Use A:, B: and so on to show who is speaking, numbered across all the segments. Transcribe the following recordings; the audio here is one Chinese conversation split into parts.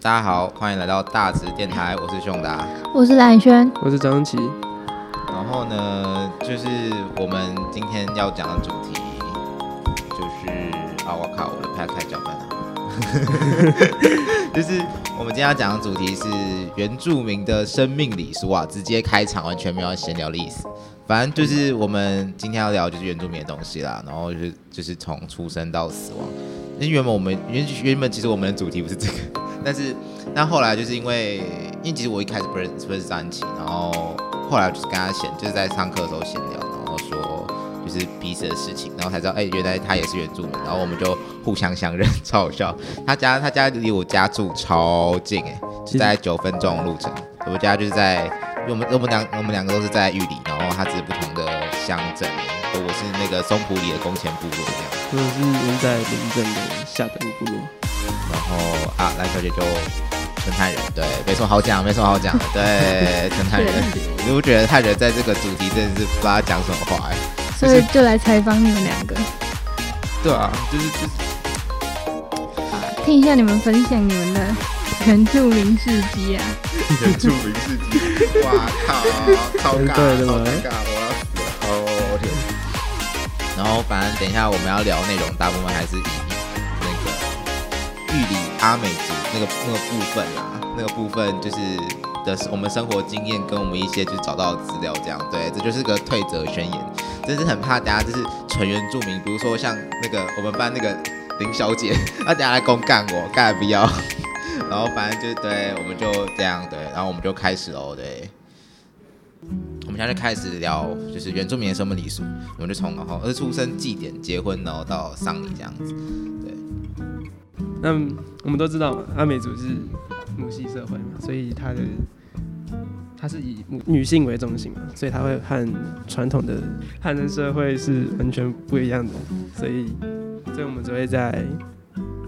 A: 大家好，欢迎来到大直电台，我是熊达。
B: 我是蓝轩，
C: 我是张琪，
A: 然后呢，就是我们今天要讲的主题就是啊，我靠，我的 pad 太搅拌了。啊 就是我们今天要讲的主题是原住民的生命礼俗啊，直接开场完全没有闲聊的意思。反正就是我们今天要聊就是原住民的东西啦，然后就是就是从出生到死亡。因为原本我们原原本其实我们的主题不是这个，但是但后来就是因为因为其实我一开始不认不认识张安琪，然后后来就是跟他闲就是在上课的时候闲聊，然后说就是彼此的事情，然后才知道哎、原来他也是原住民，然后我们就互相相认，超好笑。他家 他家离我家住超近哎、就大概九分钟的路程。我家就是在，因为我们我们两我们两个都是在玉里，然后他只是不同的乡镇，我是那个松浦里的宫前部落这样。
C: 我是人在林镇的下等部落。
A: 然后啊，蓝小姐就陈泰人，对，没什么好讲，没什么好 讲的，对，陈泰人，你不觉得泰人在这个主题真的是不知道讲什么话哎、
B: 所以就来采访你们两个，
A: 对啊，就是就是
B: 听一下你们分享你们的原住民事迹啊。
A: 原住民事迹，哇靠，超尬，
C: 对对
A: 超尴
C: 对
A: 尬，我要死了，哦我天。然后反正等一下我们要聊内容，大部分还是以那个玉里阿美族那个那个部分啦，那个部分就是的我们生活经验跟我们一些就是找到的资料这样，对，这就是个退则宣言，真是很怕大家就是纯原住民，比如说像那个我们班那个林小姐，她等下来公干我，干不要。然后反正就对，我们就这样对，然后我们就开始喽，对。我们现在就开始聊，就是原住民的什么礼俗，我们就从然后呃出生、祭典、结婚，然后到丧礼这样子。
C: 那我们都知道嘛，阿美族是母系社会嘛，所以它的它是以母女性为中心嘛，所以它会和传统的汉人社会是完全不一样的，所以所以我们只会在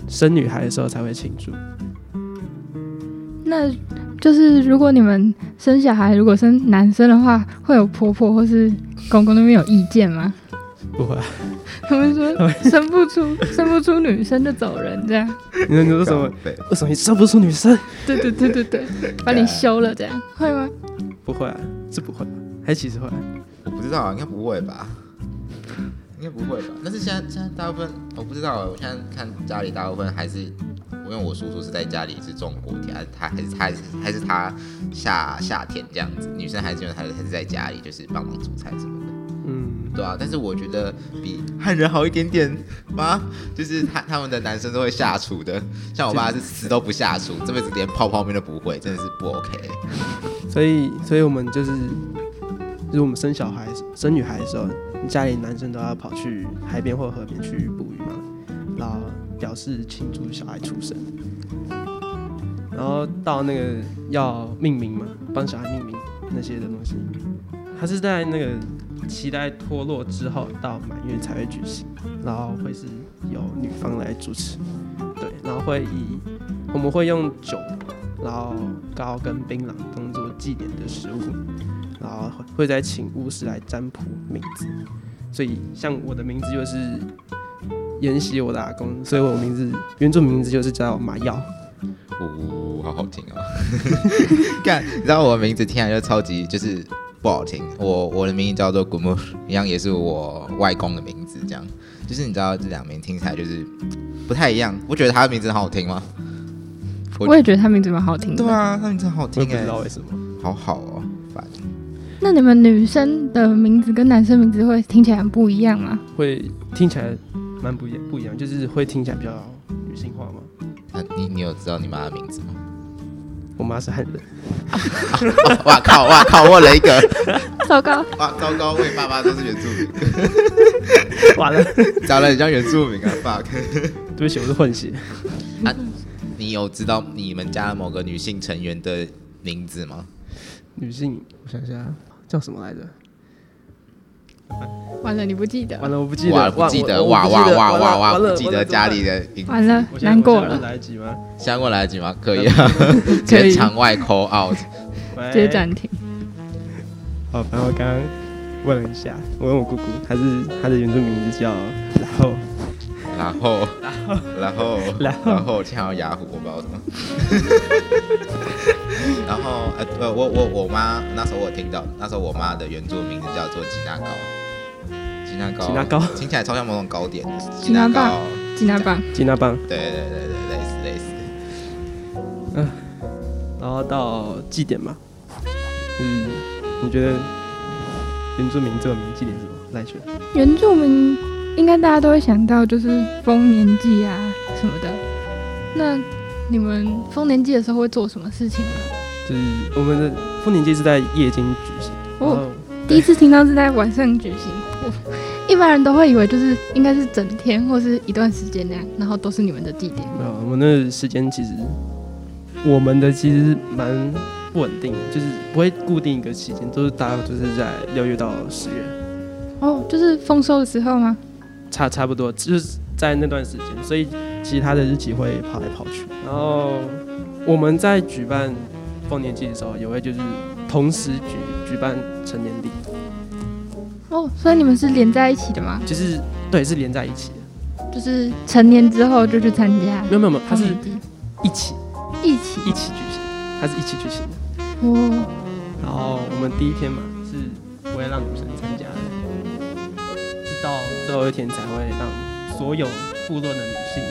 C: 生女孩的时候才会庆祝。
B: 那就是如果你们生小孩，如果生男生的话，会有婆婆或是公公那边有意见吗？
C: 不会啊，
B: 他们说生不出，生不出女生就走人，这样。
C: 你说你说什么？
A: 对，
C: 为什么你射不出女生？
B: 对对对对对，把你休了，这样会吗？
C: 不会啊，是不会吧？还其实会啊、
A: 我不知道，应该不会吧？应该不会吧？但是现在现在大部分我不知道啊，我现在看家里大部分还是，因为我叔叔是在家里是种国田，他还是他还是还是他下夏天这样子，女生还是因为还是还是在家里就是帮忙煮菜什么的。
C: 嗯，
A: 对啊，但是我觉得比汉人好一点点吗？就是他他们的男生都会下厨的，像我爸是死都不下厨，这辈子连泡泡面都不会，真的是不 OK。
C: 所以，所以我们就是，就是我们生小孩、生女孩的时候，家里男生都要跑去海边或河边去捕鱼嘛，然后表示庆祝小孩出生。然后到那个要命名嘛，帮小孩命名那些的东西，它是在那个脐带脱落之后到满月才会举行，然后会是由女方来主持，对，然后会以我们会用酒然后糕跟槟榔当做祭典的食物，然后会再请巫师来占卜名字。所以像我的名字就是沿袭我的阿公，所以我名字原住民名字就是叫马耀。
A: 呜、好好听 哦！干，你知道我的名字听起来就超级就是不好听。我我的名字叫做古木，一样也是我外公的名字，这样就是你知道这两名听起来就是不太一样。我觉得他的名字很好听吗？我
B: 我也觉得他名字蛮好听的。
A: 对啊，他名字很好
C: 我
A: 听
C: 也不
A: 哎、
C: 知道为什么，
A: 好好哦，反正
B: 那你们女生的名字跟男生名字会听起来很不一样吗？
C: 会听起来蛮不一样，不一样，就是会听起来比较女性化嘛。
A: 啊你你有知道你妈的名字吗？
C: 我妈是汉人，
A: 哇靠！哇靠！问了一个，
B: 糟糕，
A: 哇糟糕！我爸爸都是原住民，
C: 完了，
A: 长得很像原住民啊！fuck！
C: 对不起，我是混血。
A: 你有知道你们家某个女性成员的名字吗？
C: 女性，我想一下叫什么来着？
B: 完了，你不记得
C: 完了，我不记得，
A: 哇
C: 哇
A: 呃不记得，
C: 我
A: 哇
C: 我不
A: 哇
C: 记得
A: 哇
C: 完
A: 哇
C: 了
A: 哇，
C: 完了
A: 不记
C: 完
A: 得
C: 了
A: 家里的名字。
B: 完了
C: 我，现在
B: 难过
C: 我现在问
B: 了，
C: 来得及吗？
A: 相过来得及吗？ 可以啊，直接场外 call out。
C: 喂
B: 直接暂停。
C: 好，反正我哦刚刚问了一下，我问我姑姑，她是她的原住名字叫，然后
A: 然后，然后，然后，然后，恰好雅虎，我不知道怎么。 然后，呃，对我我我妈那时候我听到，那时候我妈的原著名字叫做吉娜糕，吉娜糕，
C: 吉娜糕
A: 听起来超像某种糕点，
B: 吉娜
A: 糕，
B: 棒吉拿棒，
C: 吉娜棒，
A: 对对对对，类似类似。
C: 然后到祭典嘛，嗯，你觉得原住民最有名祭典是什么？赖选
B: 原住民应该大家都会想到就是丰年祭啊什么的。那你们丰年祭的时候会做什么事情吗？
C: 就是我们的丰年祭是在夜间举行，然
B: 哦
C: 后
B: 第一次听到是在晚上举行，我 一般人都会以为就是应该是整天或是一段时间那样，然后都是你们的祭典。
C: 没有，我们那时间其实我们的其实蛮不稳定，就是不会固定一个期间，都是大概就是在六月到十月，
B: 哦，就是丰收的时候吗？
C: 差差不多，就是在那段时间，所以其他的日期会跑来跑去。然后我们在举办丰年祭的时候，也会就是同时举举办成年礼，
B: 哦，所以你们是连在一起的吗？
C: 就是对，是连在一起的。
B: 就是成年之后就去参加
C: 没有没有没有，它
B: 丰
C: 是
B: 年祭，
C: 一起
B: 一起
C: 一起举行，它是一起举行的。
B: 哦，
C: 然后我们第一天嘛是不会让女生参加的，直到最后一天才会让所有部落的女性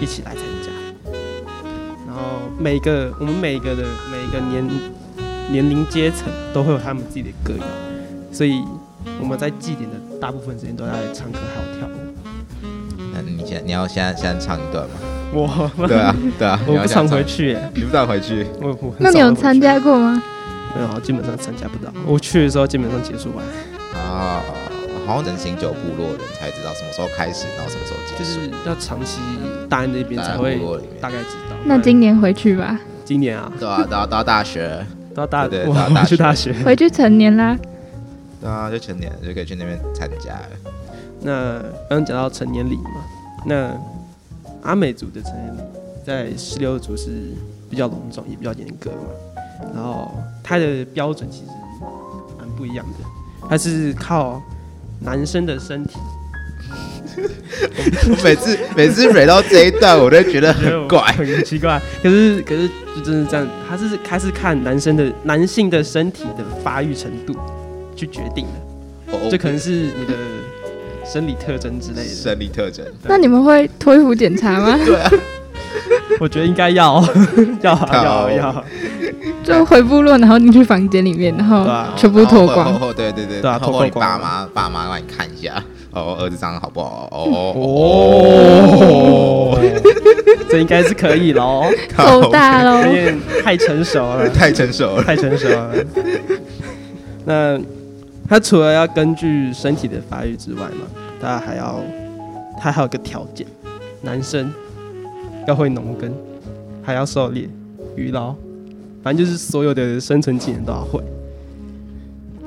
C: 一起来参加。然后每个我们每个的每个年年龄阶层都会有他们自己的歌谣，所以我们在祭典的大部分时间都在唱歌还有跳舞。
A: 那你现在你要现在现在唱一段吗？
C: 我
A: 对啊对啊，你
C: 我
A: 要
C: 不
A: 现在
C: 常回，去耶，
A: 你不知道回去。
C: 我我很
B: 那你
C: 少
B: 有
C: 会回
B: 参
C: 去？
B: 加过吗？
C: 没有，基本上参加不到。我去的时候基本上结束完。
A: 啊，好像人行酒部落人才知道什么时候开始，然后什么时候结束。
C: 就是要长期大安那边才会
A: 部落里面
C: 大概知道。
B: 那今年回去吧，
C: 今年啊，
A: 对啊，到到大学，
C: 到大
A: 对对
C: 我
A: 到大
C: 我去
A: 学
C: 大学。
B: 回去成年啦。
A: 对啊，就成年了就可以去那边参加了。
C: 那刚刚讲到成年礼嘛，那阿美族的成年礼在十六族是比较隆重，也比较严格嘛。然后它的标准其实蛮不一样的，它是靠男生的身体，
A: 我每次每次蕊到这一段，我都觉得
C: 觉得我
A: 很怪。
C: 很奇怪。可是可是就真是这样，它是它是看男生的男性的身体的发育程度去决定的。
A: 我我
C: 这可能是你的生理特征之类的。
A: 哦生理特征，
B: 那你们会脱衣服检查 吗？
C: 我觉得应该要，要啊要啊要啊，
B: 就回部落，然后进去房间里面，然后
C: 对啊
B: 全部脱
A: 然后
B: 光。
A: 后后对对对，
C: 对啊
A: 然后
C: 脱
A: 后你
C: 光
A: 爸
C: 光
A: 妈爸妈让你看一下，哦，儿子长得好不好？哦 哦
C: 哦这应该是可以喽，
A: 靠
B: 够大喽
C: 有！点太成熟 了，
A: 太成熟 了。
C: 太成熟了。那他除了要根据身体的发育之外嘛，他还要他还有个条件，男生要会农耕，还要狩猎、渔捞，反正就是所有的生存技能都要会，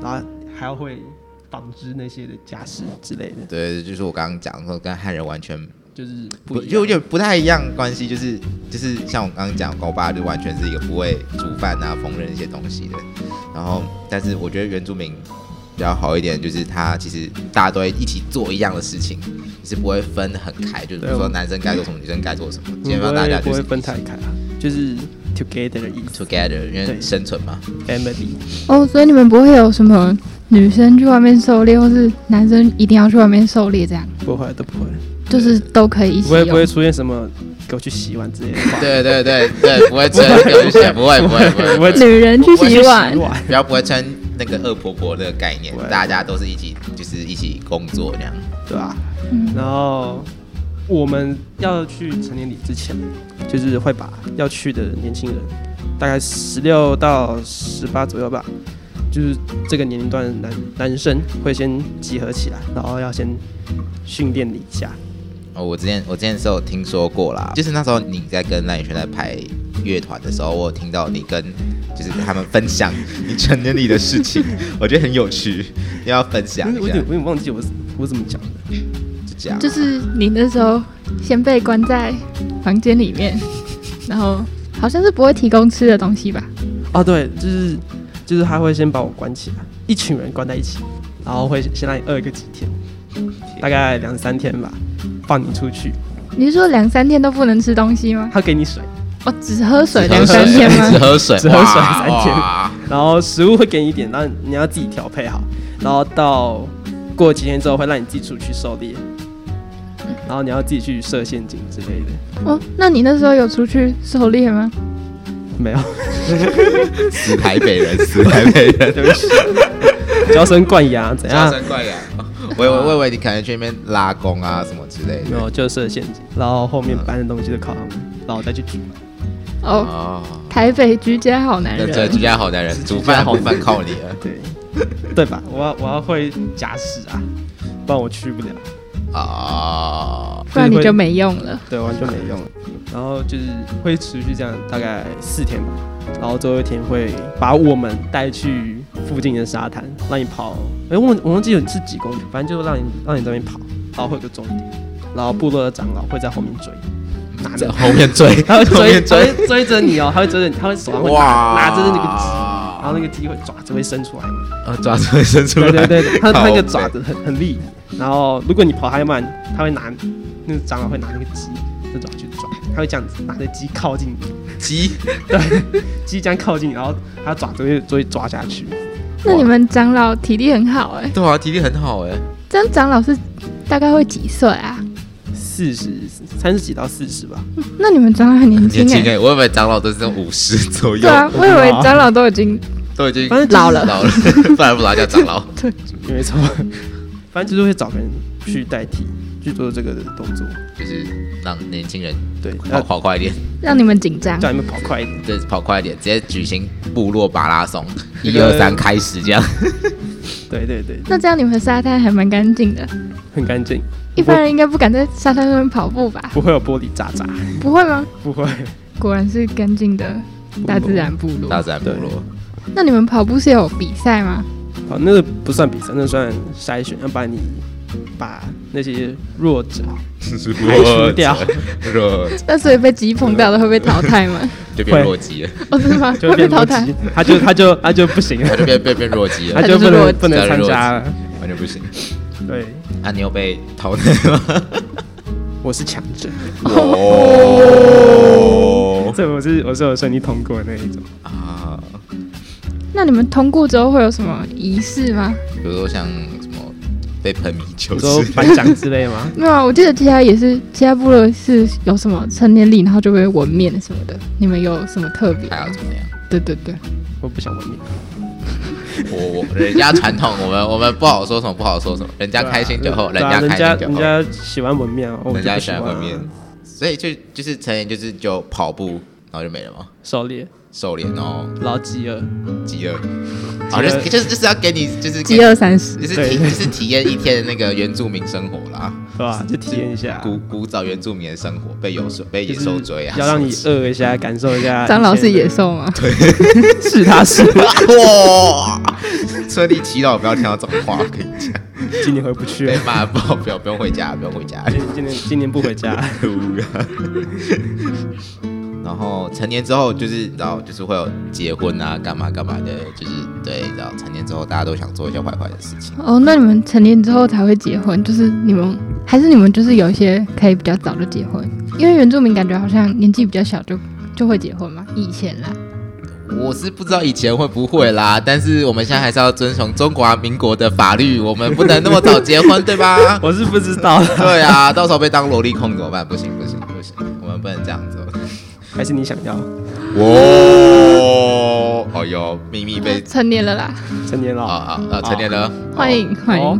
C: 然后还要会纺织那些的家事之类的，
A: 对，就是我刚刚讲说，跟汉人完全
C: 就是不
A: 不
C: 一
A: 就有
C: 样。
A: 点不太一样关系，就是就是像我刚刚讲，我爸就完全是一个不会煮饭啊、烹饪一些东西的。然后，但是我觉得原住民比较好一点，就是他其实大家都会一起做一样的事情，就是不会分很开，就是比
C: 对
A: 如
C: 我
A: 说
C: 们
A: 男生该做什么，女生该做什么，基
C: 我
A: 本上
C: 们不
A: 大家
C: 会不
A: 就
C: 会
A: 是
C: 分太开啊，就是 together 的意思
A: together，因为
C: 对
A: 生存 嘛。
C: ，family。
B: 哦，所以你们不会有什么女生去外面狩猎，或是男生一定要去外面狩猎这样，
C: 不会都不会，
B: 就是都可以一起
C: 不会不
B: 用
C: 会出现什么给我去洗碗之类的 话，
A: 对对对对，不会穿流线，不会不会不会
C: 不会
A: 不会，
B: 女人去洗碗
C: 洗，碗
A: 比较不会穿那个恶婆婆那个概念
C: 不，会
A: 大家都是一起就是一起工作这样。
C: 对吧、
B: 嗯
C: 然后我们要去成年礼之前，就是会把要去的年轻人，大概十六到十八左右吧，就是这个年龄段的男男生会先集合起来，然后要先训练你一下，
A: 哦，我之前我之前是有听说过啦，就是那时候你在跟赖宇轩在排乐团的时候，我有听到你跟就是他们分享你成年礼的事情，我觉得很有趣，要分享
C: 但是我
A: 一
C: 有
A: 下
C: 点，我有点忘记我是我怎么讲的，
A: 就这样。
B: 就是你那时候先被关在房间里面，然后好像是不会提供吃的东西吧？
C: 哦，对，就是就是他会先把我关起来，一群人关在一起，然后会先让你饿个几天，大概两三天吧，放你出去，
B: 你是说两三天都不能吃东西吗？
C: 他给你水，
B: 哦，只喝水
A: 只
B: 两
A: 喝
B: 三天
A: 只
B: 吗？
A: 喝水，
C: 只喝水
A: 哇
C: 三天
A: 哇
C: 然后食物会给你一点，但你要自己调配好，然后到过几天之后会让你自己出去狩猎，然后你要自己去设陷阱之类的。
B: 哦，那你那时候有出去狩猎吗？
C: 没有，
A: 死台北人，死台北 人。
C: 对不起，娇生惯养怎
A: 娇
C: 样？
A: 生惯养，我以为我以为你可能去那边拉弓啊什么之类
C: 没
A: 的。
C: 有，就设陷阱，然后后面搬的东西就靠他们，然后我再去煮。
B: 哦，
A: 哦，
B: 台北居家好男
A: 那
B: 人。
A: 这居家好男人，煮饭好饭靠你了
C: 对， 对吧？我要我要会假使啊，不然我去不了，
A: 哦，
B: 不然你就没用了。
C: 对，完全没用。然后就是会持续这样大概四天吧，然后最后一天会把我们带去附近的沙滩，让你跑。哎、我我忘记有是几公里，反正就让你让你在那边跑，然后会有个终点，然后部落的长老会在后面追，
A: 在后面追，
C: 他 会
A: 后
C: 追
A: 面追，
C: 追追着你哦，他会追着你，他会手上会拿
A: 哇
C: 拿着那个鸡，然后那个鸡会爪子会伸出来嘛。
A: 啊爪子会伸出来，
C: 对对对，他他那个
A: 靠
C: 爪
A: 背
C: 子很很利，然后如果你跑太慢，他会拿那个长老会拿那个鸡那爪去抓，他会这样子拿着鸡靠近你，
A: 鸡，
C: 鸡这样靠近你，然后他爪子会就会抓下去。
B: 那你们长老体力很好哎、
A: 对啊，体力很好哎，
B: 这样长老是大概会几岁啊？
C: 四十三十几到四十吧，
B: 那你们长老很年轻
A: 年轻
B: 哎、
A: 哎，我以为长老都是五十左右
B: 对，啊，我以为长老都已经
A: 都已经
C: 反正
B: 老了
A: 老了， 不然不老叫长老。
C: 没错，反正就是会找人去代替去做这个动作，
A: 就是让年轻人
C: 对，
A: 跑
C: 要
A: 跑快一点，
B: 让你们紧张。
C: 叫你们跑快一点。
A: 对，跑快一点，直接举行部落马拉松，
C: 这
A: 一
C: 个
A: 二三开始 这样。
C: 对对对，
B: 那这样你们沙滩还蛮干净的，
C: 很干净，
B: 一般人应该不敢在沙滩上面跑步吧？
C: 不会有玻璃渣渣，
A: 嗯
B: 不会吗？
C: 不会。
B: 果然是干净的大自然部
A: 大
B: 落。
A: 自然部落，
B: 那你们跑步是有比赛吗？
C: 好，那个不算比赛，那算筛选，要把你把那些弱者排除掉，
A: 弱
B: 那所以被鸡碰到的会被淘 汰吗？
A: 就变弱鸡 了，
B: 哦，真的吗？
C: 就
B: 会
C: 会
B: 被
C: 变
B: 淘
C: 弱
B: 汰
C: 鸡？，他就他就他就不行
A: 他
C: 了，
A: 就变变变弱鸡
C: 他
A: 了，
B: 就
C: 就是不
B: 弱
C: 能
B: 鸡
C: 不能参加了。
A: 完全不行。
C: 对，
A: 啊，你有被淘汰吗？
C: 我是强者，
A: 哦
C: 这我是我是有顺利通过的那一种。
A: 啊，
B: 那你们通过之后会有什么仪式吗？
A: 比如说像什么被喷米酒
C: 你说
A: 之类
C: 颁奖之类吗？
B: 没有啊，我记得其他也是，其他部落是有什么成年礼，然后就会纹面什么的。你们有什么特别
A: 的，？还要怎么样？
B: 对对对，
C: 我不想文明，
A: 我我人家传统，我们我们不好说什么，不好说什么，人家开心就好，
C: 对啊
A: 家
C: 人
A: 开
C: 家
A: 心就
C: 人
A: 好。
C: 家喜欢文面啊，我
A: 人家
C: 就不
A: 喜
C: 喜
A: 欢
C: 欢
A: 会
C: 啊
A: 面，所以就就是成员就是就跑步，然后就没了嘛，
C: 狩猎，
A: 瘦脸哦，
C: 然后饥饿，
A: 饥饿，哦，就是就是就是要给你就是给
B: 饥饿三十，
A: 就是
C: 嗯对
A: 体就是体验一天的那个原住民生活 啦，
C: 对吧？就体验一下，
A: 古古早原住民的生活，被有被野
C: 啊就是
A: 兽追啊，
C: 要让你饿一下，感受一 下。
B: 张老是野，兽吗？
C: 是他是，
A: 哇！村里祈祷不要听到这种话，我跟你讲，
C: 今年回不去了
A: 被。骂爆，不要不用回家，不用回家。
C: 今今年今年不回家，
A: 然后成年之后就是你知道，就是会有结婚啊，干嘛干嘛的，就是对，你知道成年之后大家都想做一些坏坏的事情。
B: 哦，那你们成年之后才会结婚，就是你们还是你们就是有一些可以比较早就结婚，因为原住民感觉好像年纪比较小就就会结婚嘛，以前啦。
A: 我是不知道以前会不会啦，但是我们现在还是要遵从中华民国的法律，我们不能那么早结婚，对吧？
C: 我是不知道，
A: 对啊，到时候被当萝莉控怎么办？不行不行不行，我们不能这样子。
C: 还是你想要
A: 哇，哦哟，秘密被
B: 成年了啦，
C: 成年
A: 啊
C: 了？
A: 啊啊成年了，
B: 欢迎欢迎
C: 哦。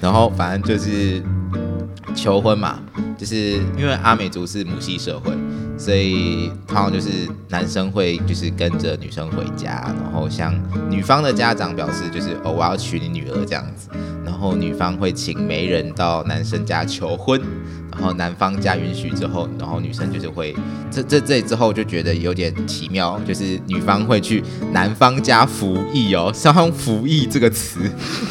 A: 然后反正就是求婚嘛，就是因为阿美族是母系社会，所以通常就是男生会就是跟着女生回家，然后像女方的家长表示就是哦我要娶你女儿这样子，然后女方会请媒人到男生家求婚，然后男方家允许之后，然后女生就是会这这这之后就觉得有点奇妙，就是女方会去男方家服役哦，上“服役”这个词，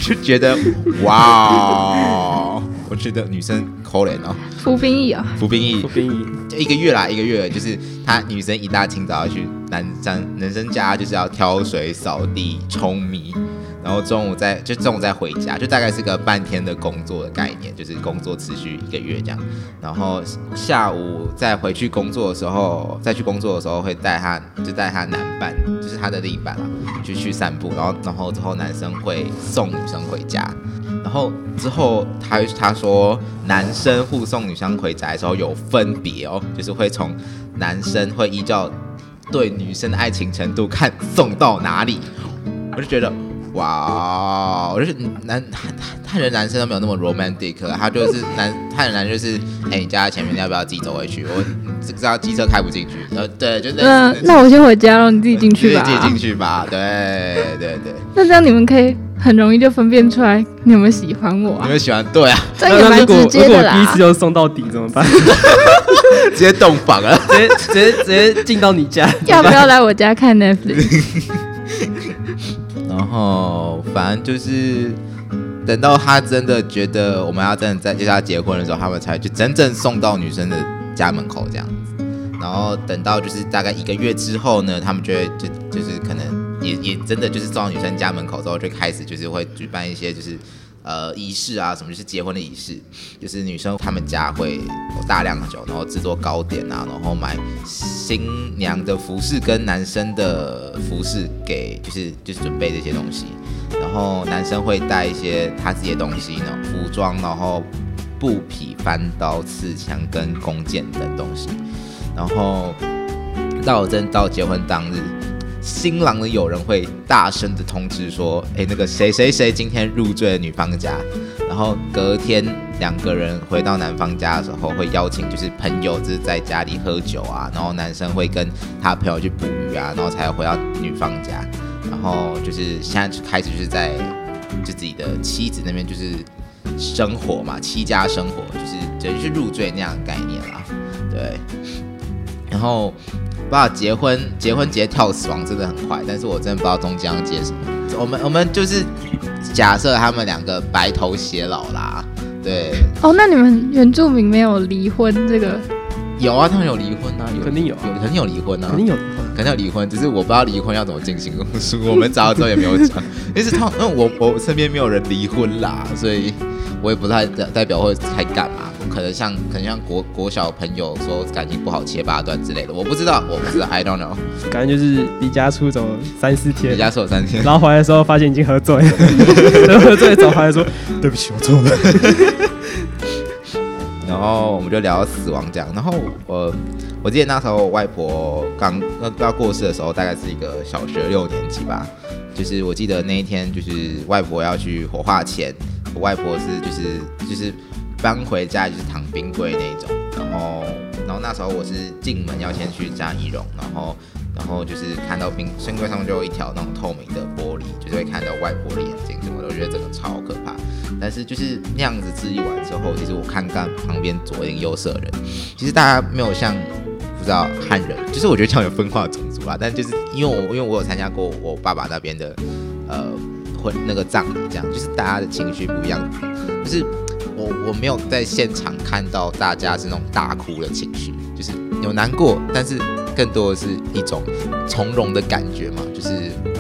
A: 就觉得哇哦，我觉得女生抠脸哦，
B: 服兵役哦，
A: 服兵役
C: 不便宜，
A: 就一个月啦，一个月就是她女生一大清早要去男生男生家，就是要挑水、扫地、冲米，然后中午再就中午再回家，就大概是个半天的工作的概念，就是工作持续一个月这样。然后下午再回去工作的时候，再去工作的时候会带她就带她男伴，就是她的另一半啦，就去散步。然后然后之后男生会送女生回家，然后之后他他说男生护送女生回家的时候有分别哦，就是会从男生会依照对女生的爱情程度看送到哪里，我就觉得。哇，我就是男他他人男生都没有那么 romantic，啊他就是男他人男就是，哎、你家前面要不要自己走回去？我知道机车开不进去，呃，对，就是
B: 那那我先回家了，你自己进去吧。
A: 自己进去吧，对对对，
B: 那这样你们可以很容易就分辨出来你有没有喜欢我
A: 你
B: 啊，
A: 们喜欢对啊，
B: 这样也蛮
C: 如果
B: 直接
C: 如果
B: 的
C: 我第一
B: 啦
C: 次。就送到底怎么 办？
A: 直接洞房啊。
C: 直接直接直接进到你家，
B: 要 不要来我家看 Netflix？
A: 然后反正就是等到他真的觉得我们要真的在就是要结婚的时候，他们才就真正送到女生的家门口这样子。然后等到就是大概一个月之后呢，他们就会就就是可能 也也真的就是送到女生家门口之后，就开始就是会举办一些就是呃仪式啊什么，就是结婚的仪式，就是女生她们家会有大量的酒，然后制作糕点啊，然后买新娘的服饰跟男生的服饰给就是就是准备这些东西，然后男生会带一些他自己的东西呢，服装，然后布匹、翻刀、刺枪跟弓箭等东西，然后到真到结婚当日，新郎的友人会大声的通知说：“哎，那个谁谁谁今天入赘了女方家。”然后隔天两个人回到男方家的时候，会邀请就是朋友，就是在家里喝酒啊，然后男生会跟他朋友去捕鱼啊，然后才回到女方家。然后就是现在就开始就是在就自己的妻子那边就是生活嘛，妻家生活就是等于是入赘那样的概念啦，对。然后不知道结婚结婚直接跳死亡真的很快，但是我真的不知道中间要接什么。我们我们就是假设他们两个白头偕老啦，对，
B: 哦，那你们原住民没有离婚这个？
A: 有啊，他们有离婚啊，有
C: 肯定有啊
A: 有肯定有离婚啊，
C: 肯定有离婚。
A: 可能要离婚，只是我不知道离婚要怎么进行公诉。我们找到之后也没有 讲，但是他，因为我我身边没有人离婚啦，所以我也不太代表会太干嘛。可能像可能像国国小朋友说感情不好切八段之类的，我不知道，我不知道，I don't know。
C: 感觉就是离家出走三四天
A: 人，家说有三天，
C: 然后回来的时候发现已经喝醉了， 然后喝醉找回来说对不起，我错了。
A: 然后我们就聊到死亡这样。然后我我记得那时候我外婆刚要要过世的时候，大概是一个小学六年级吧。就是我记得那一天，就是外婆要去火化前，我外婆是就是就是搬回家就是躺冰柜那一种。然后然后那时候我是进门要先去加仪容，然后然后就是看到冰冰柜上面就有一条那种透明的玻璃，就是会看到外婆的眼睛什么的，我觉得整个超可怕。但是就是那样子治愈完之后，其实我看看旁边左邻右舍的人，其实大家没有像不知道汉人，就是我觉得这样有分化种族吧。但就是因为我因为我有参加过我爸爸那边的呃婚那个葬礼，这样就是大家的情绪不一样，就是我我没有在现场看到大家是那种大哭的情绪，就是有难过，但是更多的是一种从容的感觉嘛。就是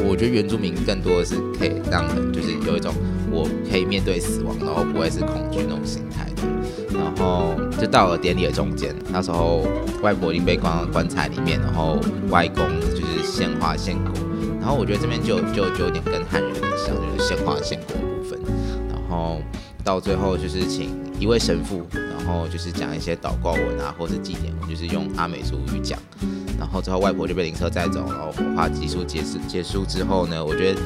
A: 我觉得原住民更多的是可以让人就是有一种我可以面对死亡，然后不会是恐惧那种心态的。然后就到了典礼的中间，那时候外婆已经被关到棺材里面，然后外公就是献花献果，然后我觉得这边就就就有点跟汉人有点像，就是献花献果的部分。然后到最后就是请一位神父，然后就是讲一些祷告文啊，或是祭典文，就是用阿美族语讲。然后之后外婆就被灵车载走，然后火化结束结束结束之后呢，我觉得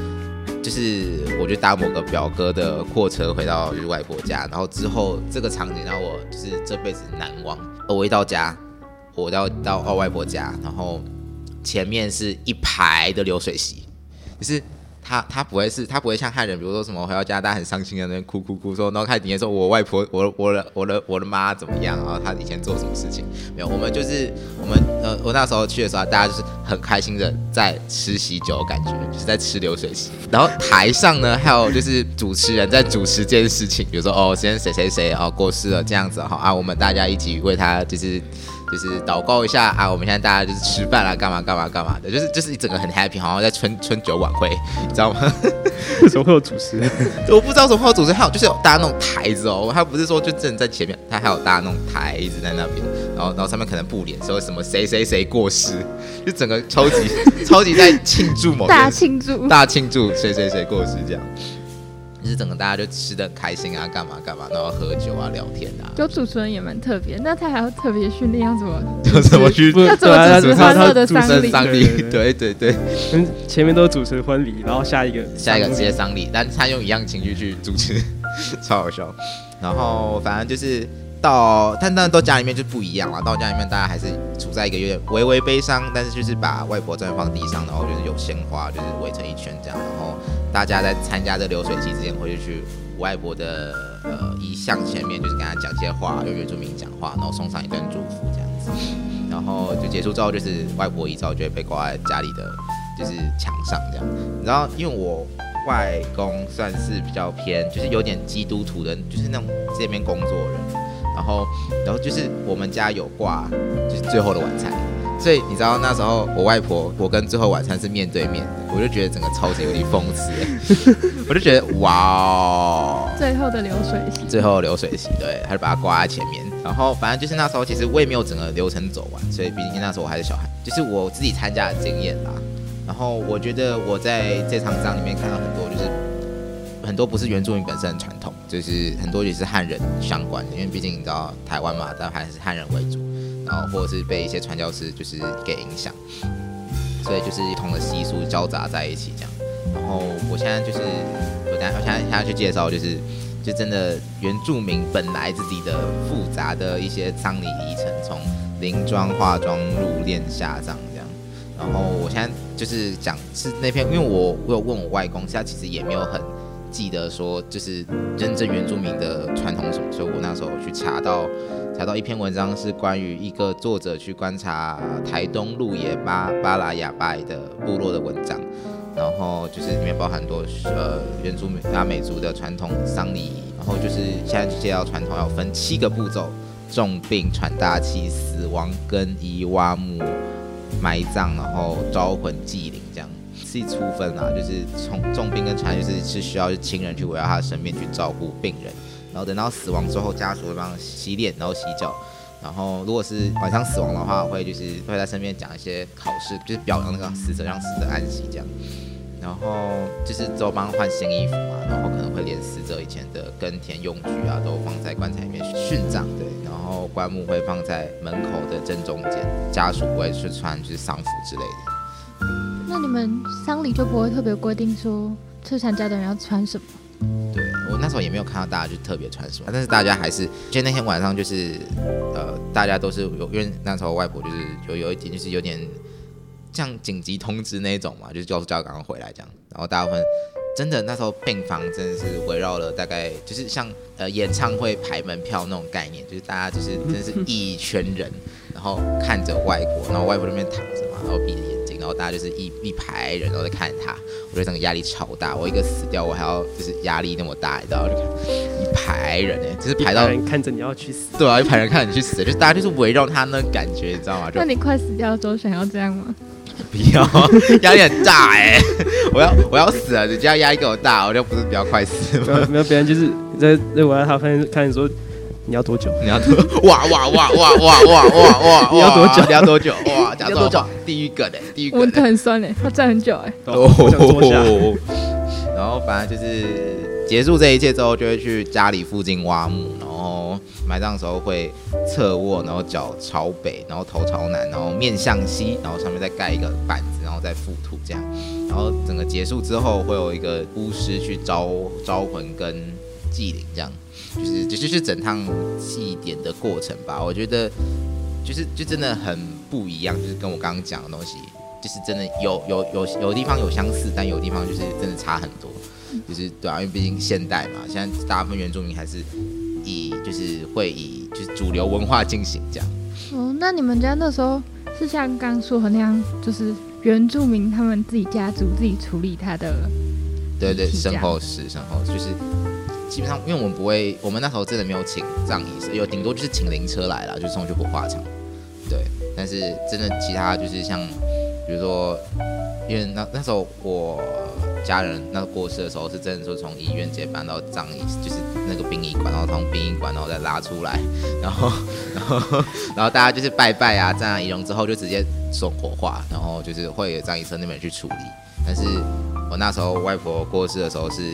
A: 就是我就搭某个表哥的货车回到就是外婆家，然后之后这个场景让我就是这辈子难忘。呃我一到家，我到到到外婆家，然后前面是一排的流水席，就是他他不会是，他不会像汉人，比如说什么回到家，大家很伤心的那边哭哭哭说，然后开始底下说我外婆，我我的我的我的妈怎么样，然后她以前做什么事情，没有，我们就是我们呃，我那时候去的时候啊，大家就是很开心的在吃喜酒，感觉就是在吃流水席，然后台上呢还有就是主持人在主持这件事情，比如说哦，今天谁谁谁哦过世了这样子哈、啊，我们大家一起为他就是。就是祷告一下啊，我们现在大家就是吃饭啦，干嘛干嘛干嘛的，就是就是一整个很 happy，好像在春春酒晚会，你知道吗？
C: 怎么会有主持人？
A: 我不知道什么号组成，还有就是有搭那种台子哦，他不是说就真的在前面，他还有搭那种台子在那边，然后然后上面可能布帘说什么谁谁谁过世，就整个超级 超级在庆祝某件
B: 哦大
A: 事
B: 庆祝，
A: 大庆祝谁谁谁过世这样，就是整个大家就吃的开心啊，干嘛干嘛，然后喝酒啊，聊天啊，
B: 有主持人也蛮特别，那他还要特别训练要怎么？
A: 就怎么去
C: 不
B: 要怎么
C: 对啊
B: 主持
C: 他
B: 欢乐
C: 他
B: 的
C: 主持
B: 丧
A: 办
B: 礼
A: 丧礼，对对对，
C: 嗯，前面都是主持婚礼，然后下一个
A: 下一个直接丧礼，但是他用一样情绪去主持，超好笑。然后反正就是到，但但到家里面就不一样了。到家里面大家还是处在一个有点微微悲伤，但是就是把外婆真的放地上，然后就是有鲜花，就是围成一圈这样。然后大家在参加这流水席之前，会去我外婆的呃遗像前面，就是跟她讲些话，用原住民讲话，然后送上一段祝福这样子。然后就结束之后，就是外婆遗照就会被挂在家里的就是墙上这样。然后因为我外公算是比较偏，就是有点基督徒的，就是那种这边工作的人。然后，然后就是我们家有挂，就是最后的晚餐。所以你知道那时候我外婆，我跟最后晚餐是面对面的，我就觉得整个超级有点讽刺， 我就觉得哇哦，
B: 最后的流水席，
A: 最后流水席，对，他就把它挂在前面。然后反正就是那时候，其实我也没有整个流程走完，所以毕竟那时候我还是小孩，就是我自己参加的经验啦。然后我觉得我在这场仗里面看到很多，就是很多不是原住民本身的传统，就是很多也是汉人相关的，因为毕竟你知道台湾嘛，但还是汉人为主，然后或者是被一些传教士就是给影响，所以就是不同的习俗交杂在一起这样。然后我现在就是我等下我现在现在去介绍就是就真的原住民本来自己的复杂的一些丧礼历程，从临装、化妆、入殓、下葬这样。然后我现在就是讲是那篇，因为我我有问我外公，他其实也没有很记得说就是真正原住民的传统什么，所以我那时候去查到查到一篇文章是关于一个作者去观察台东鹿野巴巴拉雅拜的部落的文章。然后就是里面包含很多呃原住民阿美族的传统丧礼，然后就是现在介绍传统要分七个步骤：重病、传大气、死亡、更衣、挖墓、埋葬，然后招魂、祭灵这样。是粗分啊，就是从重病跟传就是是需要亲人去围绕他的身边去照顾病人，然后等到死亡之后，家属会帮他洗脸，然后洗脚，然后如果是晚上死亡的话，会就是会在身边讲一些考试，就是表扬那个死者，让死者安息这样。然后就是周帮换新衣服嘛，然后可能会连死者以前的耕田用具啊都放在棺材里面殉葬，对，然后棺木会放在门口的正中间，家属不会去穿就是丧服之类的，
B: 那你们丧礼就不会特别规定说去参加的人要穿什么？
A: 对我那时候也没有看到大家去特别穿什么，但是大家还是，就那天晚上就是，呃，大家都是有，因为那时候外婆就是有有一点就是有点像紧急通知那一种嘛，就是叫叫赶快回来这样，然后大部分真的那时候病房真的是围绕了大概就是像呃演唱会排门票那种概念，就是大家就是真的是一圈人，然后看着外国，然后外国那边躺着嘛，然后闭着眼睛，然后大家就是一一排人，然后在看他，我觉得整个压力超大，我一个死掉，我还要就是压力那么大，你知道，就看一排人哎、就是排到
C: 人看着你要去死，
A: 对啊，一排人看着你去死，就是大家就是围绕他那感觉，你知道吗？就
B: 那你快死掉的时候想要这样吗？
A: 不要，压力很大哎、 我要我要死了，你这样压力给我大，我就不是比较快死
C: 没有
A: 吗？
C: 没有，别人就是你在在我在他看看你说你要多久，
A: 你要多哇哇哇哇哇哇哇哇！
C: 你要多久
A: 你要多久？哇，讲
C: 你要多久
A: 久？地狱梗哎、地狱梗、
B: 我
A: 欸
B: 的！很酸哎、要站很久哎、
C: 我想坐下。
A: 哦然后反正就是结束这一切之后，就会去家里附近挖墓，然后埋葬的时候会侧卧，然后脚朝北，然后头朝南，然后面向西，然后上面再盖一个板子，然后再覆土这样。然后整个结束之后，会有一个巫师去招招魂跟祭灵这样。就是就是就是整趟祭典的过程吧，我觉得就是就真的很不一样，就是跟我刚刚讲的东西就是真的有有有有地方有相似，但有地方就是真的差很多，就是对啊，因为毕竟现代嘛，现在大部分原住民还是以就是会以就是主流文化进行这样。
B: 哦，那你们家那时候是像刚说的那样，就是原住民他们自己家族自己处理他的，
A: 对对，
B: 遗 体这
A: 身
B: 样
A: 后事，身后事就是基本上，因为我们不会，我们那时候真的没有请葬仪师，有顶多就是请灵车来了，就送去火化场。对，但是真的其他就是像，比如说，因为那那时候我家人那过世的时候，是真的说从医院直接搬到葬仪，就是那个殡仪馆，然后从殡仪馆然后再拉出来， 然后然后然后大家就是拜拜啊，葬仪容之后就直接送火化，然后就是会有葬仪车那边去处理，但是。我那时候外婆过世的时候是，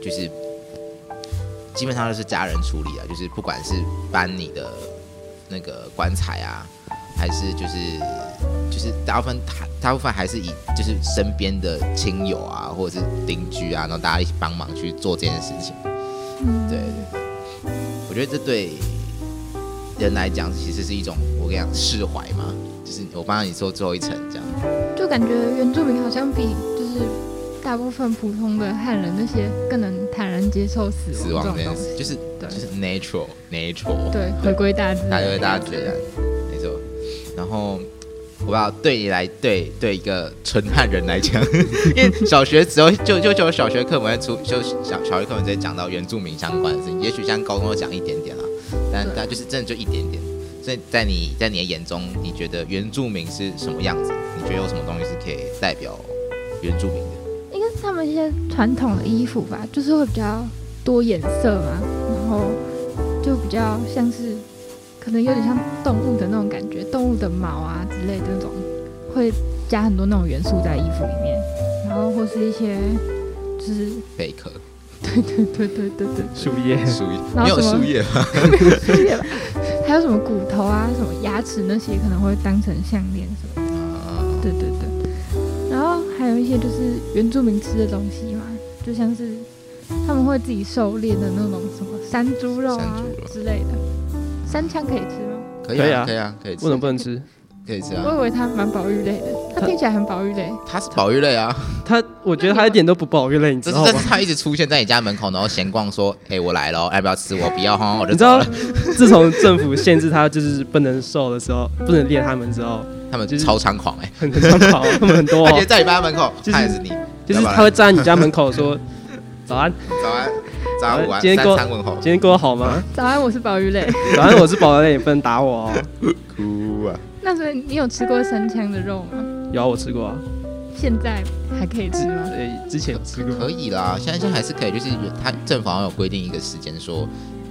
A: 就是基本上都是家人处理啊，就是不管是搬你的那个棺材啊，还是就是就是大部分大大部分还是以就是身边的亲友啊，或者是邻居啊，然后大家一起帮忙去做这件事情。
B: 嗯，
A: 对对对，我觉得这对人来讲其实是一种我跟你讲释怀嘛，就是我帮你做最后一层这样。
B: 就感觉原住民好像比就是大部分普通的汉人那些更能坦然接受死
A: 死
B: 亡
A: 亡这
B: 这种
A: 件
B: 东西
A: 事，就是
B: 对
A: 就是 natural natural，
B: 对，回归大自然，
A: 大家对大自然，没错。然后我不知道对你来对对一个纯汉人来讲， 因为小学只有就就就小学课文会出就小小学课文直接讲到原住民相关的事情，也许像高中有讲一点点啦，但
B: 对
A: 但就是真的就一点点。所以在你在你的眼中，你觉得原住民是什么样子？你觉得有什么东西是可以代表原住民的？
B: 应该是他们一些传统的衣服吧，就是会比较多颜色嘛，然后就比较像是可能有点像动物的那种感觉，动物的毛啊之类的那种，会加很多那种元素在衣服里面，然后或是一些就是
A: 贝壳、
B: 对对对对对对，
C: 树叶
A: 树叶，
B: 然后
A: 没有
B: 什么
A: 树叶 吗？
B: 对吧 还有什么骨头啊、什么牙齿那些可能会当成项链什么的。
A: 啊
B: 对对对，然后还有一些就是原住民吃的东西嘛，就像是他们会自己狩猎的那种什么山猪肉啊
A: 山猪肉
B: 之类的。山枪可以吃吗？
A: 可
C: 可
A: 以
C: 以
A: 啊，
C: 啊
A: 可以啊，可以吃
C: 不，能不能吃。
A: 可以吃
B: 我
A: 啊。
B: 以为它蛮保育类的，它
C: 它
B: 听起来很保育类。
A: 它是保育类啊，
C: 它我觉得它一点都不保育类，你
A: 这
C: 知
A: 是
C: 道
A: 但
C: 吗
A: 是？它一直出现在你家门口，然后闲逛，说：“哎、我来了， 要不要吃？我不要哈，我就
C: 你知
A: 走
C: 道
A: 了。，
C: 自从政府限制它就是不能瘦的时候，不能练它们之后，”
A: 他们
C: 就是
A: 超猖狂哎、
C: 很很常 跑，它们很多、
A: 他直接
C: 哦，
A: 在你家门口
C: 就是
A: 看着你，
C: 就是它会站在你家门口说：“早安，
A: 早安、早安、午安，
C: 今天
A: 三
C: 呃过
A: 餐问候。
C: 今天过得好吗？
B: 早安，我是 保育类。
C: 早安，我是保安，你不能打我哦。
A: 哭啊！
B: 那所以你有吃过山枪的肉吗？”
C: 有啊，我吃过啊，
B: 现在还可以吃
A: 嗯
B: 吗？
C: 对，之前有吃过
A: 可。以啦，现在现在还是可以，就是他政府好像有规定一个时间，说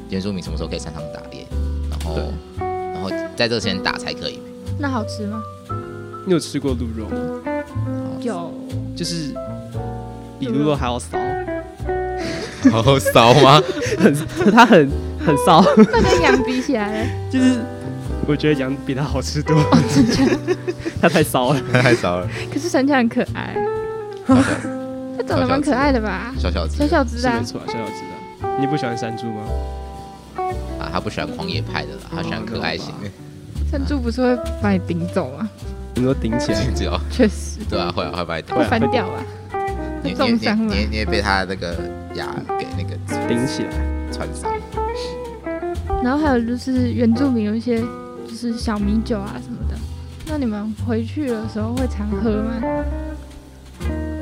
A: 原住民什么时候可以上场打猎，然后
C: 对
A: 然后在这个时间打才可以。
B: 那好吃吗？
C: 你有吃过鹿肉吗？
B: 有，
C: 就是比鹿肉还要骚，
A: 好骚吗？
C: 它很很骚，
B: 那跟羊比起来嘞，
C: 就是我觉得羊比它好吃多，
B: 真的。
C: 它 太骚了。
A: 太骚了，
B: 可是山枪很可爱，它长得蛮可爱的吧？
A: 小小子
B: 小小只
C: 是
B: 的啊
C: 没，错啊，小小只的。你不喜欢山猪吗？
A: 啊，他不喜欢狂野派的啦，他喜欢可爱型的，
B: 山猪不是会把你顶走吗？
C: 你说顶起来，
A: 知道？
B: 确实
A: 对啊，会啊，会把你打
C: 会
B: 会
C: 啊
B: 翻掉吧？
A: 你你
B: 会重
A: 你
B: 伤啊吗
A: 你你也被他那个牙给那个
C: 顶起来。
A: 穿伤，
B: 然后还有就是原住民有一些就是小米酒啊什么的，那你们回去的时候会常喝吗？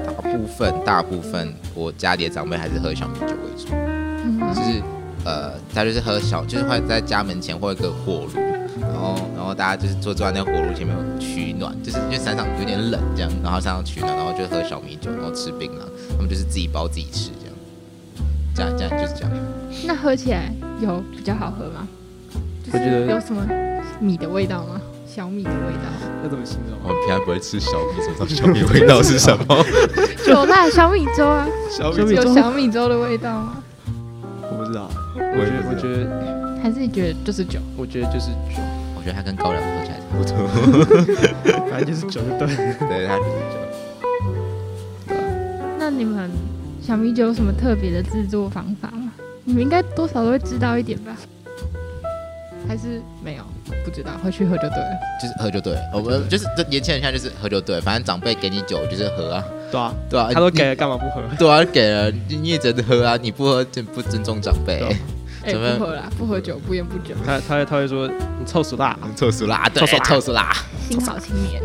A: 大部分大部分我家里的长辈还是喝小米酒为主，
B: 嗯，
A: 就是呃，他就是喝小，就是会在家门前会有一个火炉，然后然后大家就是坐坐在那火炉前面取暖，就是因为山上有点冷这样，然后山上取暖，然后就喝小米酒，然后吃槟榔，他们就是自己包自己吃这样，这样这样就是这样。
B: 那喝起来有比较好喝吗？就
C: 我觉得
B: 是有什么米的味道吗？小米的味 道，
C: 要怎么形容
A: 我？们平常不会吃小米，怎么知道小米味道是什么？
B: 有啦，小米粥啊，
A: 小
C: 米粥
B: 有小米粥的味道吗？
C: 我不知道，
A: 我
C: 我
A: 也
C: 觉得
A: 不
C: 我
A: 知
C: 觉得
B: 还是你觉得就是酒？
C: 我觉得就是酒，
A: 我觉得它跟高粱喝起来 差不多。
C: 反正就是酒就对了。
A: 对，它就是这样。
B: 那你们小米酒有什么特别的制作方法吗？你们应该多少都会知道一点吧？还是没有？不知道，回去喝就对了。
A: 就是喝就对了，我们就是这年轻人现在就是喝就对了，反正长辈给你酒就是喝啊，
C: 对啊，
A: 对啊，
C: 他都
A: 你
C: 给了，干嘛不喝？
A: 对啊，给了你你也只能喝啊，你不喝就不尊重长辈
C: 对啊，
B: 哎、
A: 怎么样
B: 不喝啦，不喝酒，不烟不酒，
C: 他他他会说你臭死啦，
A: 臭死啦，啊对
C: 臭死，啦
A: 臭死啦。
B: 新好青年。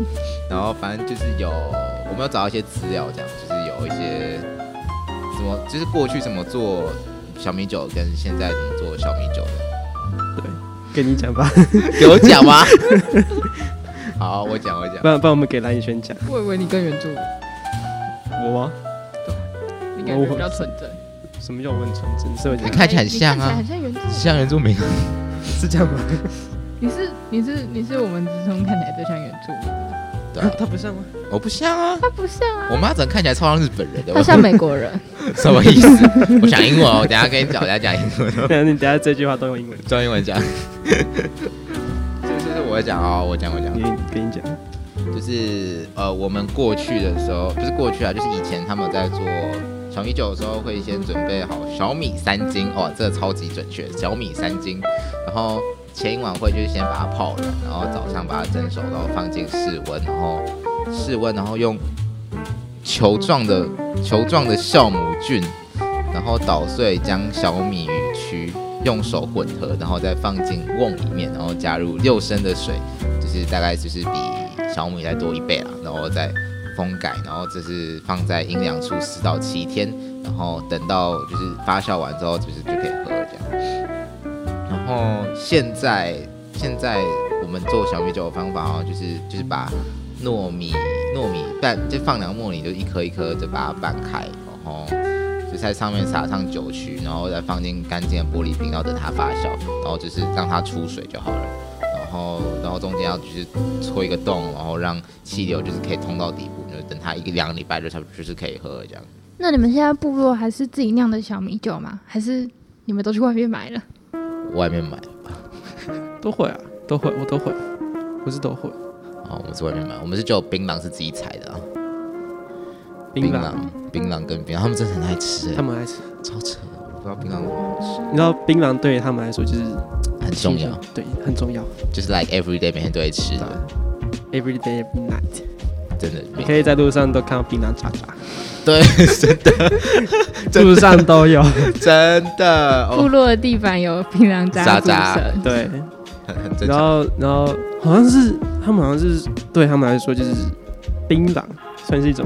A: 然后反正就是有，我们有找到一些资料，这样就是有一些怎么，就是过去怎么做小米酒，跟现在怎么做小米酒 的，
C: 跟你讲吧，
A: 给我讲吗？好，我讲，我讲
C: 不。然不然我们给蓝宇轩讲。
B: 我以为你跟原著，
C: 我吗？
B: 你感觉比较纯正。
C: 什么叫我很纯真？社会
A: 你看起来很像啊
B: 你看起来很像原著。
A: 像原住民，
C: 是这样吗？
B: 你是你是你是我们之中看起来最像原著，
A: 对啊，
C: 他不像吗？
A: 我不像啊，
B: 他不像啊，
A: 我妈整个看起来超像日本人的，
B: 他像美国人。
A: 我什么意思？我讲英文哦，我等一下跟你讲，我等一下讲英文哦，
C: 对啊，你等下这句话都用英文。
A: 照英文讲。 就是我讲哦，我讲我讲
C: 你，跟你讲，
A: 就是呃，我们过去的时候，不是过去啊，就是以前他们在做小米酒的时候，会先准备好小米三斤，哇，这个超级准确，小米三斤，然后前一晚会就是先把它泡了，然后早上把它蒸熟，然后放进室温，然后室温，然后用球状的球状的酵母菌，然后捣碎，将小米与曲用手混合，然后再放进瓮里面，然后加入六升的水，就是大概就是比小米再多一倍啦，啊然后再封盖，然后这是放在阴凉处四到七天，然后等到就是发酵完之后，就是就可以喝了这样。然后现在现在我们做小米酒的方法哦，就是就是把糯米糯米拌，就放凉糯米，就一颗一颗的把它拌开，然后就在上面撒上酒曲，然后再放进干净的玻璃瓶，然后等它发酵，然后就是让它出水就好了。然后，然后中间要就是戳一个洞，然后让气流就是可以通到底部，就是等它一个两个礼拜就差不多就是可以喝了这样。
B: 那你们现在部落还是自己酿的小米酒吗？还是你们都去外面买了？
A: 外面买
C: 都会啊，都会，我都会，我是都会。
A: 啊、哦，我们是外面买，我们是只有槟榔是自己采的啊，
C: 槟榔，
A: 榔、槟榔跟槟榔，他们真的很爱吃哎、
C: 他们爱吃。
A: 超扯的，我不知道槟榔怎么好吃，
C: 你知道槟榔对于他们来说就是
A: 很重要，，
C: 对，很重要。
A: 就是 like every day 每天都会吃的，
C: Every day, every night，
A: 真的，每
C: 你可以在路上都看到槟榔渣 渣，
A: 对，真的
C: 路上都有。
A: 真的
B: 部
A: 哦，
B: 落的地板有槟榔渣
A: 渣
B: 组
A: 渣
B: 成。
C: 对，
A: 很很正
C: 然
A: 常，
C: 后然后好像是他们好像是对他们来说就是槟榔算是一种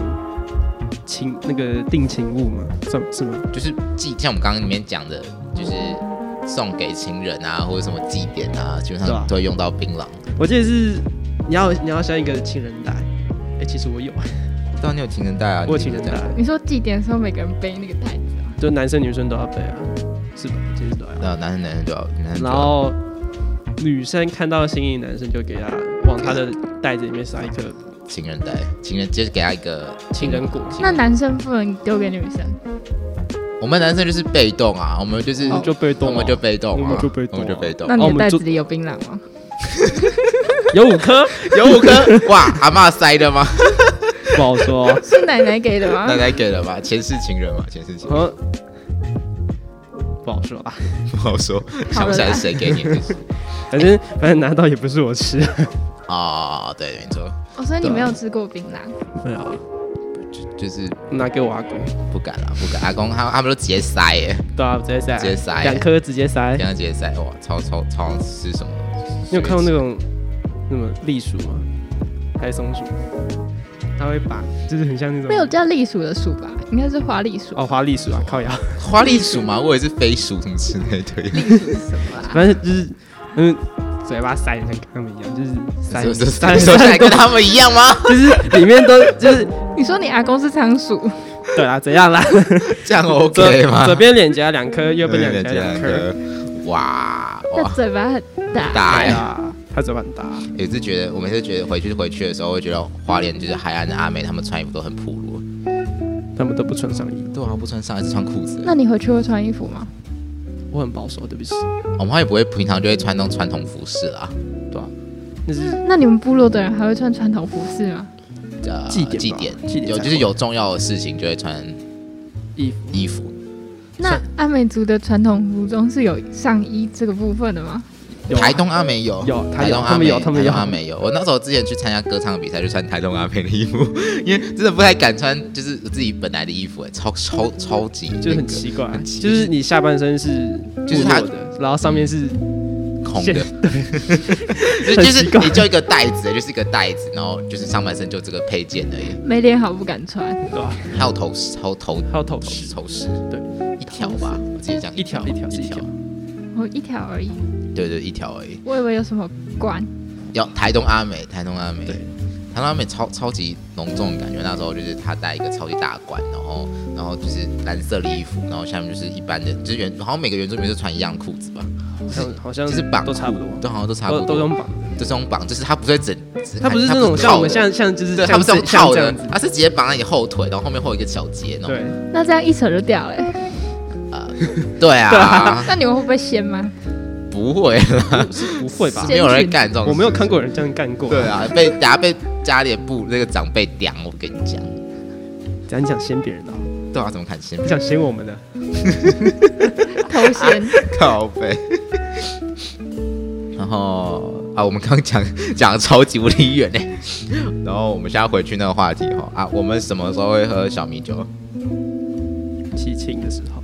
C: 情那个定情物嘛，算是吗？
A: 就是祭，像我们刚刚里面讲的，就是送给情人啊，或者什么祭典啊，基本
C: 对啊
A: 上都会用到槟榔。
C: 我记得是你要你要像一个情人带，哎、其实我有，
A: 知道你有情人带啊？
C: 我有
A: 你
C: 情人带，
B: 你说祭典的时候，每个人背那个袋子啊？
C: 就男生女生都要背啊，是吧？其实都要。
A: 那男生男生就要，男生就
C: 然
A: 要
C: 后女生看到心仪男生就给他往他的袋子里面撒一颗
A: 情人带，情人就是给他一个
C: 情人果，
A: 情
B: 那
A: 人
B: 男生不能丢给女生，
A: 我们男生就是被动啊，我们就是
C: 我们就被动
A: 我
C: 了，
A: 们就被动啊，
C: 我们就被
A: 我
C: 动啊
A: 们就被动
B: 那。
C: 哦
B: 你
C: 我
B: 的
C: 们
B: 袋
C: 就
B: 子里有槟榔吗？
C: 有五颗，
A: 有五颗，哇，阿妈塞的吗？
C: 不好说，
B: 是奶奶给的吗
A: 奶？奶给了吧？前世情人嘛，前世情人
C: 好像嗯不好说啊。
A: 不好说，想不起来是谁给你的就是
C: 反正反正拿到也不是我吃，
A: 啊，对，没错，
B: 哦，所以你没有吃过槟榔，
C: 没有
A: 就是
C: 拿给我阿公，
A: 不敢啦，不敢。阿公他他们都直接塞耶，
C: 对啊，直接塞，
A: 直接塞
C: 两颗直接塞
A: 这。样直接塞，哇，超超超像吃什么？
C: 你有看过那种那么栗鼠吗？还是松鼠？它会把，就是很像那种
B: 没有叫栗鼠的鼠吧？应该是花栗鼠。
C: 哦，花栗鼠啊，靠腰，
A: 花栗鼠吗？我以为是飞鼠什么之类的，
B: 栗鼠是什么啊？
C: 反正就是嗯，嘴巴塞，像跟他们一样，就是塞
A: 说
C: 塞
A: 说起来
C: 塞
A: 跟他们一样吗？
C: 就是里面都就是
B: 你说你阿公是仓鼠，
C: 对啦，怎样啦？
A: 这样
C: 左
A: OK 吗？
C: 左边脸颊两颗，右边
A: 两
C: 脸颊两颗。啊
A: 哇
B: 那
A: 哇！
B: 嘴巴很大。
A: 大哎，
C: 哎呀，他嘴巴很大，
A: 也是觉得，我每次觉得回去回去的时候，会觉得花莲就是海岸的阿美，他们穿衣服都很暴露，
C: 他们都不穿上衣，
A: 对啊，不穿上还是穿裤子。
B: 那你回去会穿衣服吗？
C: 我很保守，对不起。
A: 我们也不会平常就会穿那种传统服饰啦，
C: 那是
B: 那你们部落的人还会穿传统服饰吗？
A: 呃，
C: 祭典吧
A: 祭典
C: 祭典
A: 有
C: 才
A: 就是
C: 会
A: 有重要的事情就会穿
C: 衣服，
A: 衣服，
B: 那阿美族的传统服装是有上衣这个部分的吗？
C: 有啊
A: 台东阿美有，
C: 有他
A: 台
C: 有
A: 东
C: 他
A: 阿
C: 们
A: 美
C: 有他们有
A: 台东阿美有。我那时候之前去参加歌唱比赛，就穿台东阿美的衣服，因为真的不太敢穿，就是我自己本来的衣服，哎，超超超级那
C: 就
A: 个
C: 很奇怪啊
A: 很，奇
C: 就是你下半身是
A: 就是
C: 部落
A: 它
C: 的，然后上面是
A: 空
C: 现
A: 的， 就就是
C: 很奇怪
A: 你就一个袋子，就是一个袋子，然后就是上半身就这个配件而已，
B: 没脸好不敢穿，
C: 对吧？
A: 还有头饰，还有头
C: 还有头
A: 头
C: 饰
A: 饰，头饰，
C: 对，
A: 一条吧，我记得这样，
C: 一条一条是一条，
B: 我一条而已，
A: 对对，一条而已。
B: 我以为有什么关，
A: 要台东阿美，台东阿美，
C: 对
A: 台东阿美超超级浓重的感觉。那时候就是他戴一个超级大冠，然后然后就是蓝色的衣服，然后下面就是一般的，就是原好像每个原住民都穿一样裤子吧，
C: 好像好像
A: 就是绑
C: 都差不
A: 裤
C: 多，
A: 都好像都差不
C: 都
A: 多，
C: 都用绑的，
A: 都是用绑，就是它不是整，只
C: 它不是
A: 它
C: 那种像我们
A: 套的
C: 像像就是
A: 对，它
C: 像
A: 不是
C: 这
A: 用
C: 像
A: 套
C: 这
A: 的
C: 样子，，
A: 它是直接绑在你后腿，然后后面会有一个小结那种。
C: 对，
B: 那这样一扯就掉了欸、
A: 对 啊，
B: 那你们会不会掀吗？
A: 不会啦，
C: 不会吧
B: 是？
A: 没有人干这种事，
C: 我没有看过有人这样干过，
A: 对，啊，被等下被家里的部那个长辈刁，我跟你讲。
C: 咱讲先别人的哦，
A: 对啊，怎么看 先
C: 你讲先我们的，
B: 头掀，
A: 靠背。 然后啊，我们刚讲讲得超级无敌远呢。 然后我们现在回去那个话题哈啊，我们什么时候会喝小米酒？
C: 七庆的时候，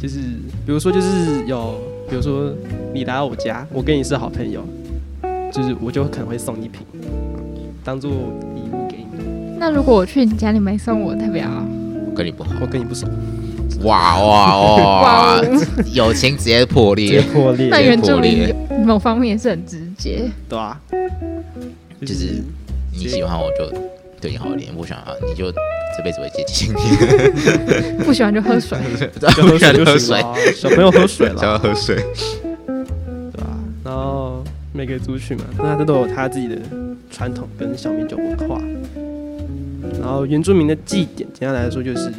C: 就是比如说就是有，比如说你来我家，我跟你是好朋友，就是我就可能会送你一瓶，当做礼物给你。
B: 那如果我去你家，你没送我，代表
A: 我跟你不好，
C: 我跟你不熟，
A: 哇哇
B: 哇
A: 哇
B: 哦，
A: 友情直接破裂，
C: 破裂
B: 那原住
A: 破
B: 民
A: 裂
B: 某方面也是很直接，
C: 对啊，
A: 就是你喜欢我就对你好一点，不喜欢你就这辈子会接近
B: 不喜欢就喝水。
C: 就
A: 你，
C: 喝
A: 不喜欢
C: 水就
A: 喝
C: 行
A: 水
C: 了，啊，小朋友喝 水
A: 想
C: 了，
A: 要喝水，
C: 对吧、然后每个族群嘛，那他都有他自己的传统跟小民酒文化。然后原住民的祭典，简单来说就是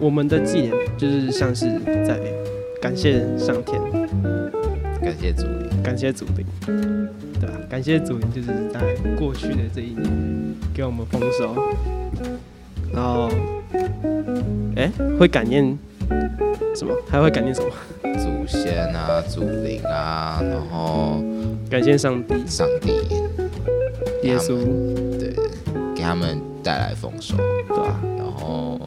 C: 我们的祭典就是像是在感谢上天，
A: 感谢助理。
C: 感谢祖灵，对吧、感谢祖灵，就是在过去的这一年给我们丰收，然后，哎，会感念什么？还会感念什么？
A: 祖先啊，祖灵啊，然后
C: 感谢上帝、
A: 上帝，
C: 耶稣，
A: 对，给他们带来丰收，
C: 对吧、
A: 然后，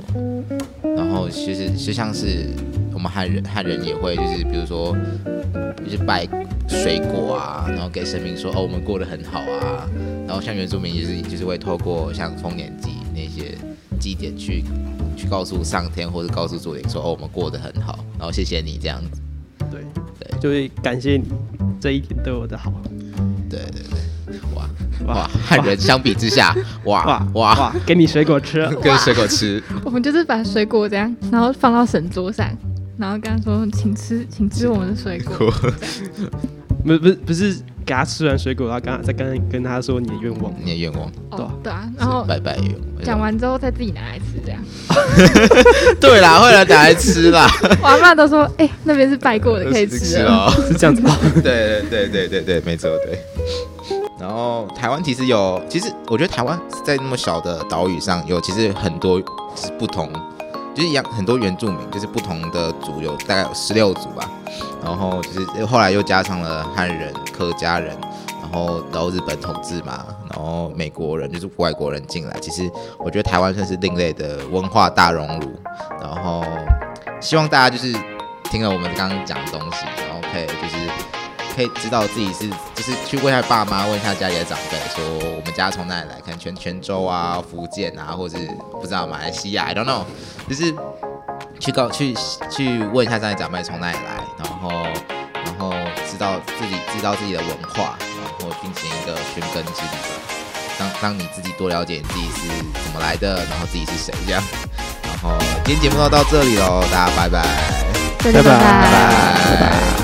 A: 然后其实就像是我们汉人，汉人也会就是比如说，就是拜水果啊，然后给神明说哦，我们过得很好啊，然后像原住民也是就是会透过像丰年祭那些祭典去去告诉上天或者告诉祖灵说哦，我们过得很好，然后谢谢你这样子，
C: 对，
A: 对
C: 就会感谢你这一天对我的好，
A: 对对对，哇哇，
C: 哇
A: 汉人相比之下，哇
C: 哇
A: 哇。
C: 哇，给你水果吃，
A: 跟水果吃，
B: 我们就是把水果这样，然后放到神桌上，然后跟他说：“请吃，请吃我们的水 果。
C: 不不是不是给他吃完水果，然后跟他再跟跟他说你的愿望，
A: 你的愿望，”
C: 对啊
B: 哦，对啊，然后
A: 拜拜愿望。
B: 讲完之后再自己拿来吃，这样。
A: 对啦，会来打来吃啦，
B: 我阿妈都说：“哎、那边是拜过的，可以吃 了。
A: 哦。
C: 是这样子吗？
A: 对对对对对对，没错对。然后台湾其实有，其实我觉得台湾在那么小的岛屿上有，其实很多是不同，就是一样很多原住民，就是不同的族有大概有十六族吧。然后就是后来又加上了汉人、客家人，然后然后日本统治嘛，然后美国人就是外国人进来。其实我觉得台湾算是另类的文化大熔炉。然后希望大家就是听了我们刚刚讲的东西，然后可以就是可以知道自己是，就是去问一下爸妈，问一下家里的长辈，说我们家从哪里来，可能泉泉州啊、福建啊，或者是不知道马来西亚，I don't know，就是去告去去问一下家里长辈从哪里来，然后然后知道自己知道自己的文化，然后进行一个寻根之旅吧，让让你自己多了解你自己是怎么来的，然后自己是谁这样。然后今天节目就到这里喽，大家拜拜，
B: 对”对对
C: 拜拜
A: 拜拜。